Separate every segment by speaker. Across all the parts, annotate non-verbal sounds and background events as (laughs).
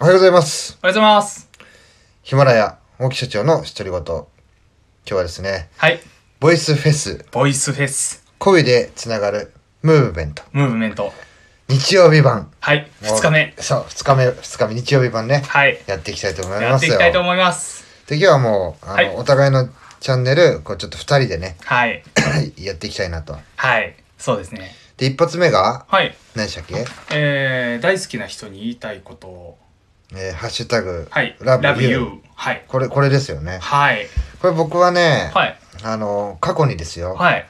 Speaker 1: おはようございます。
Speaker 2: おはようございます。
Speaker 1: ヒマラヤ、大木社長の一人ごと。今日はですね、
Speaker 2: はい。
Speaker 1: ボイスフェス、
Speaker 2: ボイスフェス、
Speaker 1: 声でつながるムーブメント。
Speaker 2: ムーブメント。
Speaker 1: 日曜日版。
Speaker 2: はい。
Speaker 1: もう
Speaker 2: 2日目。。
Speaker 1: そう、二日目、二日目、日曜日版ね。
Speaker 2: はい。
Speaker 1: やっていきたいと思い
Speaker 2: や
Speaker 1: ま
Speaker 2: って
Speaker 1: す
Speaker 2: い
Speaker 1: よ。
Speaker 2: きたいと思います。
Speaker 1: で、今日はもう、あの、
Speaker 2: はい
Speaker 1: お互いのチャンネル、こう、ちょっと二人でね、 (coughs)
Speaker 2: はい。
Speaker 1: やっていきたいなと。
Speaker 2: はい。そうですね。
Speaker 1: で、一発目が、
Speaker 2: はい。
Speaker 1: 何でしたっけ
Speaker 2: えー、大好きな人に言いたいことを。
Speaker 1: えー、ハッシュタグ、
Speaker 2: はい。
Speaker 1: ラブユ
Speaker 2: you
Speaker 1: ー。
Speaker 2: はい。
Speaker 1: これ、これですよね。
Speaker 2: はい。
Speaker 1: これ僕はね、
Speaker 2: はい。
Speaker 1: あの、過去にですよ、
Speaker 2: はい。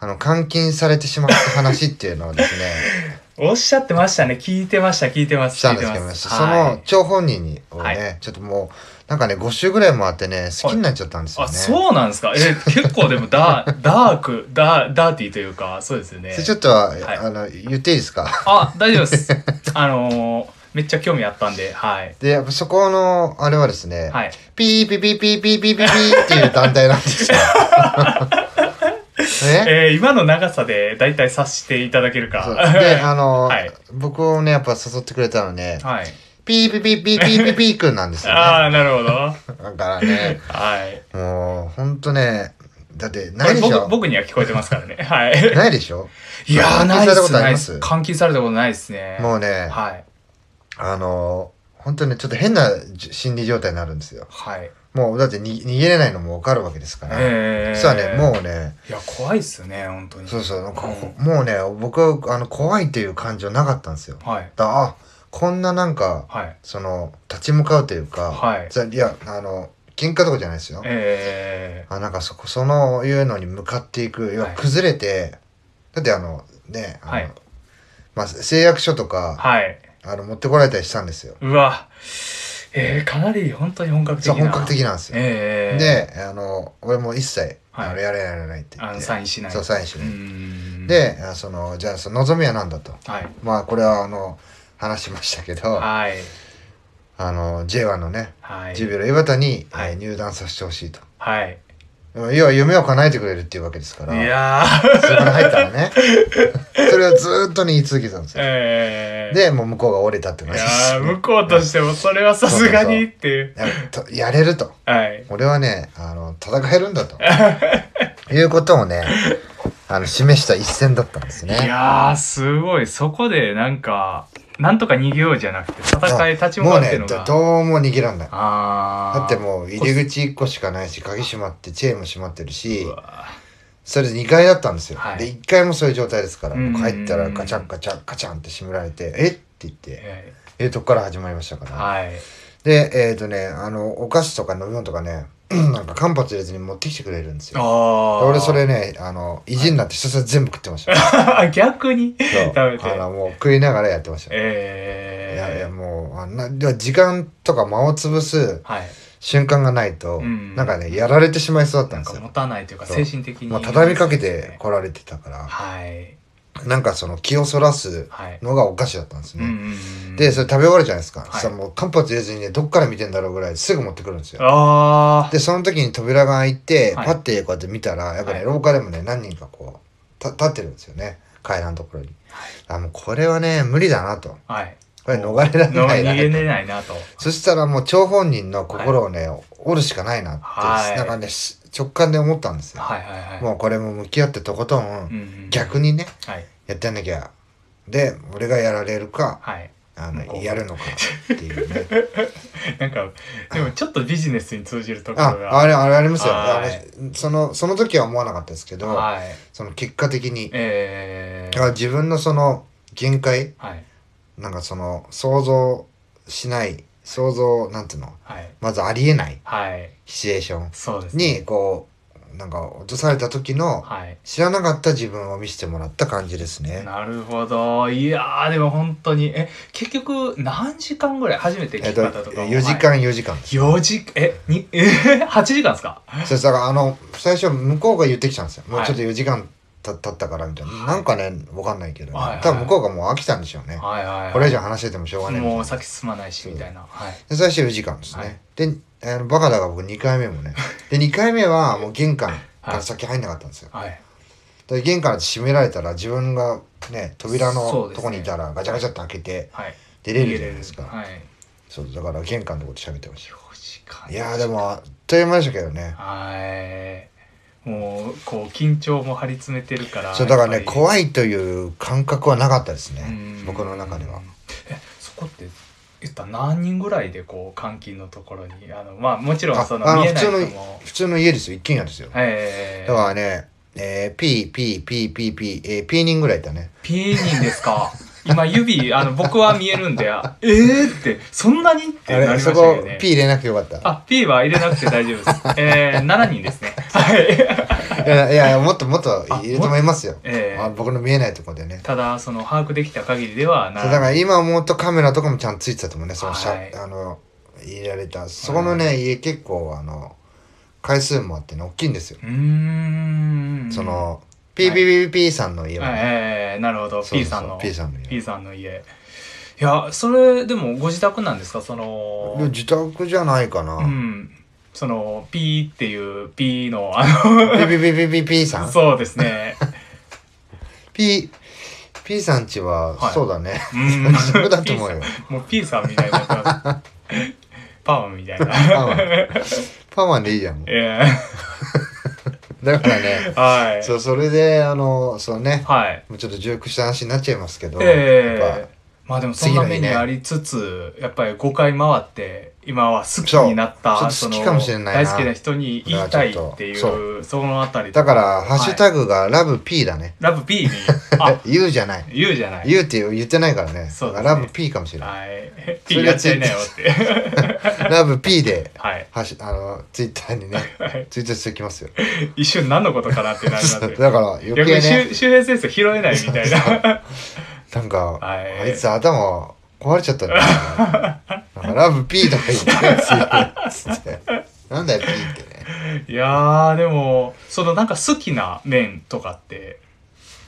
Speaker 1: あの、監禁されてしまった話っていうのを
Speaker 2: (laughs)
Speaker 1: ですね、
Speaker 2: おっしゃってましたね。聞いてました。聞いてます。
Speaker 1: した
Speaker 2: 聞
Speaker 1: ん
Speaker 2: い
Speaker 1: で
Speaker 2: て
Speaker 1: す
Speaker 2: ま
Speaker 1: けどね、そ
Speaker 2: は
Speaker 1: の
Speaker 2: い
Speaker 1: 張本人をね、
Speaker 2: はい
Speaker 1: ちょっともうなんかね5週ぐらい回ってね好きになっちゃったんですよ
Speaker 2: あ、
Speaker 1: ね。
Speaker 2: そうなんですか。えー、結構でもダー、 (laughs) ダーク、ダー、ダーティーというか、そうですよね
Speaker 1: そ。れちょっと、あの言っていいですか
Speaker 2: あ、大丈夫です。あのー、めっちゃ興味あったんで、はい。
Speaker 1: でやっぱそこのあれはですね、
Speaker 2: はい。
Speaker 1: ピーピーピーピーピーピーピーピーっていう団体なんですよ。ね、
Speaker 2: えー、今の長さで大体察していただけるか。 (laughs)
Speaker 1: そうであの、
Speaker 2: はい
Speaker 1: 僕をねやっぱ誘ってくれたのね、
Speaker 2: はい。
Speaker 1: ピーピーピーピーピーピーピーくんなんですよね。
Speaker 2: ああ、なるほど。
Speaker 1: だからね
Speaker 2: はい。
Speaker 1: もうほんとねだって
Speaker 2: こ
Speaker 1: ない
Speaker 2: れ
Speaker 1: でしょ
Speaker 2: 僕僕には聞こえてますからね。 (laughs) はい。
Speaker 1: ないでしょ
Speaker 2: いやー、
Speaker 1: 監禁
Speaker 2: な
Speaker 1: さ
Speaker 2: い
Speaker 1: れ
Speaker 2: で
Speaker 1: たこ
Speaker 2: す。
Speaker 1: とあ
Speaker 2: な
Speaker 1: り
Speaker 2: い
Speaker 1: ま
Speaker 2: ですす。監禁されたことないですね。
Speaker 1: もうね、
Speaker 2: はい。
Speaker 1: あのー本当にねちょっと変なじ心理状態になるんですよ
Speaker 2: はい。
Speaker 1: もうだってに逃げれないのも分かるわけですから、
Speaker 2: ええー。
Speaker 1: 実はねもうね
Speaker 2: いや、怖いっすよね、本当に。
Speaker 1: そうそうなんかこ
Speaker 2: う
Speaker 1: うもうね僕はあの怖いという感情なかったんですよだか
Speaker 2: はい。
Speaker 1: らあこんななんか
Speaker 2: はい。
Speaker 1: その立ち向かうというか、
Speaker 2: はい
Speaker 1: ざいやあの喧嘩とかじゃないですよ
Speaker 2: え
Speaker 1: あなんかそこそのいうのに向かっていく要は
Speaker 2: はい
Speaker 1: 崩れて、だってあのねあの、
Speaker 2: はい
Speaker 1: まあ、誓約書と
Speaker 2: えー。
Speaker 1: か
Speaker 2: はい。
Speaker 1: あの持ってこられたりしたんですよ
Speaker 2: うわ。ええー、かなり本当に本格的
Speaker 1: そう
Speaker 2: な。
Speaker 1: 本格的なんですよ
Speaker 2: ええー。、
Speaker 1: で、あの、俺も一切、
Speaker 2: はい
Speaker 1: あれやれやれやれって言
Speaker 2: あ
Speaker 1: っ
Speaker 2: の、
Speaker 1: て。
Speaker 2: サインしない。
Speaker 1: そう、サインし
Speaker 2: う
Speaker 1: ない。
Speaker 2: ーん。、
Speaker 1: で、あその、じゃあ、その望みは何だと。
Speaker 2: はい。
Speaker 1: まあ、これは、あの、話しましたけど、あ
Speaker 2: はい。
Speaker 1: の、J1 のね、
Speaker 2: はい。
Speaker 1: ジュビロ磐田に、えー
Speaker 2: はい
Speaker 1: 入団させてほしいと。
Speaker 2: はい。
Speaker 1: 要は、夢を叶えてくれるっていうわけですか
Speaker 2: い
Speaker 1: ら、
Speaker 2: やー。
Speaker 1: そこから入ったらね、それをずーっとね、言い続けたんですよ。
Speaker 2: えー。
Speaker 1: で、もう向こうが折れたって
Speaker 2: い
Speaker 1: 感じで
Speaker 2: やー向こうとしてもそれはさすがにっていう。
Speaker 1: すとやれると。
Speaker 2: はい。
Speaker 1: 俺はね、あの、戦えるん
Speaker 2: (laughs)
Speaker 1: だと。いうことをね、あの、示した一戦だったんですね。
Speaker 2: いやーすごい。そこでなんか、なんとか逃げようじゃなくて、戦い立ち向かうっていうの
Speaker 1: も
Speaker 2: が。
Speaker 1: うねどどうも逃げらんないだ
Speaker 2: あー。
Speaker 1: ってもう入り口1個しかないし鍵閉まってチェーンも閉まってるし
Speaker 2: うわ
Speaker 1: それで2階だったんですよ、
Speaker 2: はい
Speaker 1: で1階もそういう状態ですから、
Speaker 2: うんうんうん
Speaker 1: 僕入ったらガチャンガチャンガチャンって閉められてえっって言って
Speaker 2: え
Speaker 1: いうとこから始まりましたか
Speaker 2: ー
Speaker 1: ら、
Speaker 2: はい。
Speaker 1: でえっ、とねあのお菓子とか飲み物とかねなんか間髪入れずに持ってきてくれるんです
Speaker 2: あ
Speaker 1: よで
Speaker 2: ー。
Speaker 1: 俺それ。ねあの意地になってひたすら全部食ってました、
Speaker 2: 逆に
Speaker 1: そう
Speaker 2: 食べて
Speaker 1: あ。のもう食いながらやってました、いやいや
Speaker 2: えー。
Speaker 1: もうあんなでは時間とか間を潰す
Speaker 2: はい。
Speaker 1: 瞬間がないと、
Speaker 2: うん
Speaker 1: なんかねやられてしまいそうだった
Speaker 2: なんん
Speaker 1: で
Speaker 2: か
Speaker 1: すよ
Speaker 2: 持たないというか、
Speaker 1: そう
Speaker 2: 精神的に。
Speaker 1: まあ、畳みかけて来られてたから
Speaker 2: はい。
Speaker 1: なんかその気をそらす
Speaker 2: はい。
Speaker 1: のがお菓子だったんです
Speaker 2: うん
Speaker 1: ね、
Speaker 2: うんうん
Speaker 1: でそれ食べ終わるじゃないですか、
Speaker 2: い
Speaker 1: そしたらもう間髪入れずにねどっから見てんだろうぐらいすぐ持ってくるんですよ
Speaker 2: あー。
Speaker 1: でその時に扉が開いて、
Speaker 2: はい
Speaker 1: パッてこうやって見たらやっぱね、
Speaker 2: はい
Speaker 1: 廊下でもね何人かこうた立ってるんですよね階段のところに、あもうこれはね無理だなと
Speaker 2: はい。
Speaker 1: これ逃れられ
Speaker 2: の
Speaker 1: ないな
Speaker 2: 逃げれないなと。
Speaker 1: そしたらもう張本人の心をね、折るしかないなって、
Speaker 2: はい
Speaker 1: なんかねし直感で思ったんですよ、
Speaker 2: はいはいはい。
Speaker 1: もうこれも向き合ってとことん
Speaker 2: うんうん、
Speaker 1: 逆にね
Speaker 2: はい。
Speaker 1: やってんなきゃで俺がやられるか
Speaker 2: はい。 (laughs)
Speaker 1: あ
Speaker 2: こ
Speaker 1: の
Speaker 2: う
Speaker 1: やるのかっていうね
Speaker 2: (laughs) なんか、でもちょっとビジネスに通じるところ
Speaker 1: あ
Speaker 2: が。
Speaker 1: あれあれありますよあ
Speaker 2: はい
Speaker 1: れそのその時は思わなかったですけど
Speaker 2: はい。
Speaker 1: その結果的に
Speaker 2: え
Speaker 1: だか
Speaker 2: ー。
Speaker 1: ら自分のその限界
Speaker 2: はい。
Speaker 1: なんかその想像しない想像なんていうの
Speaker 2: はい。
Speaker 1: まずありえない
Speaker 2: はい。
Speaker 1: シチュエーション
Speaker 2: そうですね。
Speaker 1: にこうなんか落とされた時の
Speaker 2: はい。
Speaker 1: 知らなかった自分を見せてもらった感じですね。
Speaker 2: なるほど。いやー、でも本当に、え、結局、何時間ぐらい初めて
Speaker 1: え
Speaker 2: 聞
Speaker 1: っ
Speaker 2: い
Speaker 1: と
Speaker 2: たとか。
Speaker 1: 4時間4時間です。
Speaker 2: 4時間、え、に、え (laughs) ー、8時間ですか
Speaker 1: そしたらあの最初向こうが言ってきたんですよ。もう
Speaker 2: はい
Speaker 1: ちょっと4時間た経ったからみたいな。
Speaker 2: はい
Speaker 1: なんかねわかんないけど、ね
Speaker 2: はいはい
Speaker 1: 多分向こうがもう飽きたんでしょうね。
Speaker 2: はいはい、はい。
Speaker 1: これ以上話しててもしょうがないみたいな
Speaker 2: もう先進まないし、みたいな。はい。
Speaker 1: で最初4時間ですね。
Speaker 2: はい
Speaker 1: であのバカだが僕2回目も
Speaker 2: (laughs)
Speaker 1: ね。で2回目はもう玄関から先入んなかったんですよ。
Speaker 2: はい。
Speaker 1: で玄関閉められたら自分がね扉の
Speaker 2: そうですね
Speaker 1: とこにいたらガチャガチャって開けて
Speaker 2: はい。
Speaker 1: 出れるじゃないですか。
Speaker 2: はい。
Speaker 1: そうだから玄関のこと喋ってましたよ
Speaker 2: 4時間
Speaker 1: いやーでもあっという間でしたけどね
Speaker 2: はいもうこう緊張も張り詰めてるから
Speaker 1: そうだから
Speaker 2: や
Speaker 1: ね
Speaker 2: っぱり
Speaker 1: 怖いという感覚はなかったです
Speaker 2: う
Speaker 1: ね
Speaker 2: ん
Speaker 1: 僕の中では
Speaker 2: えそこって言ったら何人ぐらいでこう監禁のところにあのまあもちろんその
Speaker 1: ああの
Speaker 2: 見えない人
Speaker 1: 普通
Speaker 2: も
Speaker 1: 普通の家ですよ一軒家ですよだ
Speaker 2: ええ
Speaker 1: からねえー、ピーピーピーピーピー、えー、ピー人ぐらいいたね
Speaker 2: ピー人ですか今指あの僕は見えるんであえー、ってそんなにって
Speaker 1: あ
Speaker 2: なりま
Speaker 1: れ
Speaker 2: した
Speaker 1: そ
Speaker 2: けど
Speaker 1: こ
Speaker 2: ね
Speaker 1: ピー入れなくてよかった
Speaker 2: あ P は入れなくて大丈夫ですえー、7人ですねはい
Speaker 1: いやいやいやもっともっといると思いますよ
Speaker 2: え
Speaker 1: あ
Speaker 2: ー、
Speaker 1: 僕の見えないところでね
Speaker 2: ただその把握できた限りではな
Speaker 1: そうだから今思うとカメラとかもちゃんとついてたと思うねそのしゃ、
Speaker 2: はい
Speaker 1: あの入れられたそこのね、家結構あの回数もあってね大きいんですよ、
Speaker 2: うーん
Speaker 1: そのピーピーピーピーさんの家はね、
Speaker 2: ええなるほど
Speaker 1: そうそう
Speaker 2: P さんの
Speaker 1: P さんの家
Speaker 2: P さんの家いやそれでもご自宅なんですかその
Speaker 1: で自宅じゃないかな、
Speaker 2: うんその P っていう P のあの
Speaker 1: ピーピーピーピーピーピーさん
Speaker 2: (laughs) そうですね
Speaker 1: ピーピーさんちは、
Speaker 2: はい
Speaker 1: そうだね
Speaker 2: うん
Speaker 1: 自宅だと思うよ
Speaker 2: P さんもう P さんみたいな
Speaker 1: (laughs)
Speaker 2: パワーみたいな
Speaker 1: パンはパンはねいいやんもう
Speaker 2: え
Speaker 1: だから
Speaker 2: え (laughs)
Speaker 1: ね
Speaker 2: はい
Speaker 1: そうそれであのそうね
Speaker 2: はい
Speaker 1: もうちょっと重複した話になっちゃいますけど、やっぱ
Speaker 2: ええまあでもそん
Speaker 1: 次
Speaker 2: な
Speaker 1: の
Speaker 2: 目
Speaker 1: 日ね
Speaker 2: にありつつ、やっぱり5回回って今は好き
Speaker 1: そう
Speaker 2: になった
Speaker 1: ちょっと好きかもしれないな
Speaker 2: 大好きな人に言いたいってい
Speaker 1: だからち
Speaker 2: うそのあたり
Speaker 1: だから、ハ
Speaker 2: はい
Speaker 1: ッシュタグがラブ P だね。
Speaker 2: ラ
Speaker 1: (laughs)
Speaker 2: ブ P にあ
Speaker 1: 言うじゃない。
Speaker 2: 言うじゃない
Speaker 1: 言うって言ってないからね。
Speaker 2: そうですね
Speaker 1: ラブ P かもしれな
Speaker 2: はい
Speaker 1: そ
Speaker 2: P
Speaker 1: れ
Speaker 2: や
Speaker 1: が
Speaker 2: っちゃいなよって
Speaker 1: (laughs) い。ラブ P で、
Speaker 2: はい
Speaker 1: はし、あの、ツイッターにね、ツイートしておきますよ。
Speaker 2: 一瞬何のことかなってなります
Speaker 1: だ
Speaker 2: よ
Speaker 1: から、余
Speaker 2: 逆
Speaker 1: 計
Speaker 2: に
Speaker 1: ね、
Speaker 2: 周周平先生拾えないみたいな
Speaker 1: なんか、
Speaker 2: はい
Speaker 1: あいつ頭壊れちゃったんだよ
Speaker 2: (laughs)
Speaker 1: ねなんかラブ P とか言ってつって。なんだよ P ってね。
Speaker 2: いやーでもそのなんか好きな面とかって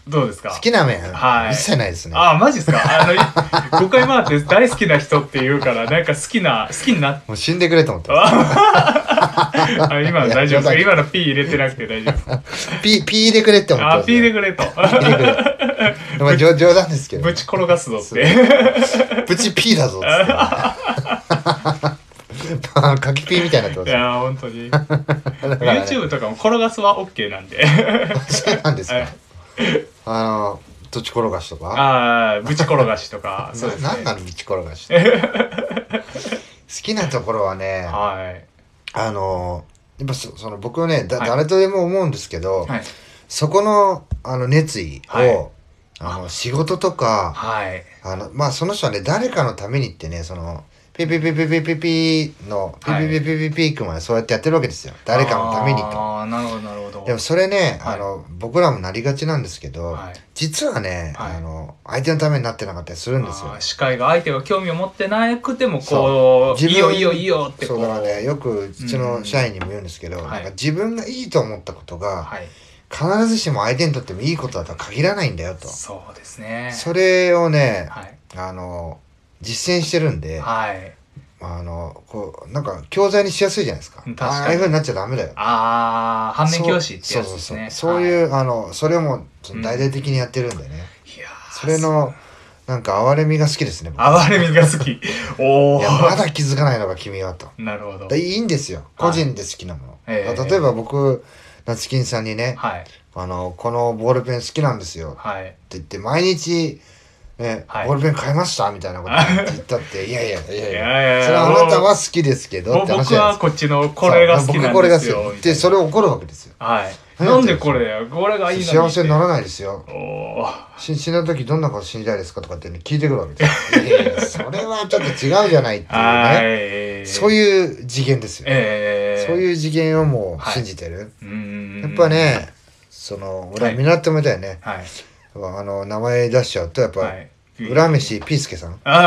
Speaker 2: どうですか
Speaker 1: 好きな面、
Speaker 2: はい
Speaker 1: 一切ないですね。
Speaker 2: ああ、マジっすか (laughs) あの、5回回って大好きな人って言うから、なんか好きな、好きになっ
Speaker 1: もう死んでくれと思った。
Speaker 2: あ今の大丈夫ですか今の P 入れてなくて大丈夫です
Speaker 1: (laughs)
Speaker 2: か
Speaker 1: P、P 入れくれって思った
Speaker 2: あ
Speaker 1: ん
Speaker 2: ー、
Speaker 1: す
Speaker 2: P
Speaker 1: よ。
Speaker 2: でくれと。
Speaker 1: P 入れくれ。まあ冗冗談ですけどね。
Speaker 2: (laughs) ぶち転がすぞって。
Speaker 1: プチ P だぞっつって。 (laughs) まあ、かき P みたいになってま
Speaker 2: い
Speaker 1: すよ。
Speaker 2: やー、本当に。
Speaker 1: だからね
Speaker 2: YouTube とかも転がすは OK なんで。
Speaker 1: (laughs) そうなんです
Speaker 2: は
Speaker 1: か
Speaker 2: い。
Speaker 1: あの、土地転がしとか。
Speaker 2: ああ、ぶち転がしとか。そうですね。
Speaker 1: 何なの、土地転がしって。
Speaker 2: (laughs)
Speaker 1: 好きなところはね、
Speaker 2: はい。
Speaker 1: あの、やっぱそその僕はね、だ
Speaker 2: はい
Speaker 1: 誰とでも思うんですけど、
Speaker 2: はい。
Speaker 1: そこのあの熱意を、
Speaker 2: はい
Speaker 1: あの仕事とか、
Speaker 2: はい。
Speaker 1: あの、まあその人はね、誰かのためにってね、その、ピピピピピピピの、ピ
Speaker 2: はい
Speaker 1: ピピピピピ君はねそうやってやってるわけですよ。誰かのためにと。
Speaker 2: ああ、なるほど、なるほど。
Speaker 1: でもそれね、
Speaker 2: はい
Speaker 1: あの僕らもなりがちなんですけど、
Speaker 2: はい。
Speaker 1: 実はね、
Speaker 2: はい
Speaker 1: あの相手のためになってなかったりするんですよ
Speaker 2: あー。司会が相手が興味を持ってなくても
Speaker 1: そ
Speaker 2: こ
Speaker 1: う
Speaker 2: うい
Speaker 1: 自
Speaker 2: い
Speaker 1: 分
Speaker 2: よいいよいいよってこ
Speaker 1: そううだからねよくうちの社員にも言うんですけど、
Speaker 2: うん
Speaker 1: なん
Speaker 2: は
Speaker 1: か
Speaker 2: い
Speaker 1: 自分がいいと思ったことが、
Speaker 2: はい
Speaker 1: 必ずしも相手にとってもいいことだとは限らないんだよと、
Speaker 2: そうですね
Speaker 1: それをね、
Speaker 2: はい
Speaker 1: あの実践してるんで、
Speaker 2: はい
Speaker 1: あのこうなんか教材にしやすいじゃないですか
Speaker 2: うん確かに
Speaker 1: ああいうふうになっちゃダメだよ
Speaker 2: ああ反面教師ってやつですね
Speaker 1: そうそうそうそう
Speaker 2: は
Speaker 1: いう、あのそれをもう大々的にやってるんでね、
Speaker 2: いいやー
Speaker 1: それのなんか哀れみが好きですね僕
Speaker 2: 哀れみが
Speaker 1: (laughs)
Speaker 2: 好きおお
Speaker 1: いやまだ気づかないのが君はと
Speaker 2: なるほど
Speaker 1: だいいんですよ個人で好きなもの、
Speaker 2: ええ
Speaker 1: あ例えば僕夏金さんにね、
Speaker 2: はい
Speaker 1: あの「このボールペン好きなんですよ」って
Speaker 2: はい
Speaker 1: 言って毎日、ね
Speaker 2: はい
Speaker 1: ボールペン買いました」みたいなこと言ったって「いや
Speaker 2: (laughs)
Speaker 1: いやいやい
Speaker 2: い
Speaker 1: や
Speaker 2: やいや
Speaker 1: それはあなたは好きですけど」
Speaker 2: も
Speaker 1: っ
Speaker 2: う
Speaker 1: て話
Speaker 2: 僕
Speaker 1: じゃないで
Speaker 2: は
Speaker 1: すか
Speaker 2: こっちのこれが好
Speaker 1: そ
Speaker 2: き
Speaker 1: う
Speaker 2: な
Speaker 1: 僕
Speaker 2: ん
Speaker 1: これ
Speaker 2: で
Speaker 1: が
Speaker 2: すよ
Speaker 1: 好きでそれを怒るわけですよ
Speaker 2: はい
Speaker 1: 何
Speaker 2: な
Speaker 1: やってんの
Speaker 2: んでこれやこれがいいのに
Speaker 1: 幸せにならないですよ
Speaker 2: おおー
Speaker 1: し死ぬ時どんな顔死にたいですかとかって、ね、聞いてくるわけです
Speaker 2: (laughs)
Speaker 1: よいやいやそれはちょっと違うじゃないっていうね
Speaker 2: はい
Speaker 1: そう
Speaker 2: う
Speaker 1: いう次元ですよ、
Speaker 2: ええ
Speaker 1: そう
Speaker 2: う
Speaker 1: いう次元をもう信じてる、
Speaker 2: ーん
Speaker 1: やっぱね、その俺は見習ってもらいたいね、
Speaker 2: はい
Speaker 1: あの名前出しちゃうとやっぱ、
Speaker 2: はい
Speaker 1: 裏飯ピースケさん、
Speaker 2: あ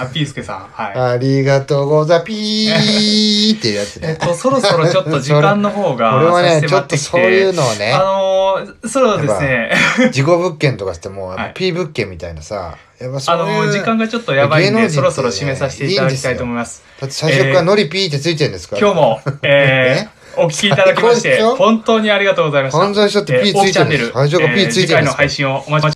Speaker 2: ーあー、ピースケさん。は
Speaker 1: ありがとうござピーっていうやつ (laughs)
Speaker 2: い。えっ
Speaker 1: ね
Speaker 2: (laughs) と、そろそろちょっと時間の方
Speaker 1: 俺
Speaker 2: が、
Speaker 1: は
Speaker 2: 差
Speaker 1: ね
Speaker 2: し
Speaker 1: ちょ
Speaker 2: 迫
Speaker 1: ってと
Speaker 2: きて
Speaker 1: そういうのをね
Speaker 2: あのー、そうですね。
Speaker 1: 事故物件とかしてもやっぱ
Speaker 2: はい
Speaker 1: ピー物件みたいなさやっぱそ
Speaker 2: (laughs) あ
Speaker 1: う
Speaker 2: の
Speaker 1: いう、
Speaker 2: ー、時間がちょっとやばいん
Speaker 1: 芸能人っ
Speaker 2: で、
Speaker 1: て
Speaker 2: そろそろ締めさせていただきたいと思います。
Speaker 1: だって最初からノリピーってついてるんですから、
Speaker 2: 今日も、えー、お聞きいただきまし
Speaker 1: 最高で
Speaker 2: て、
Speaker 1: しょ
Speaker 2: 本当にありがとうございました。
Speaker 1: 犯罪者ってピーついてるんです
Speaker 2: えー大木チャンネル
Speaker 1: 最初がピーついてるんです
Speaker 2: えー次回の配信をお待ち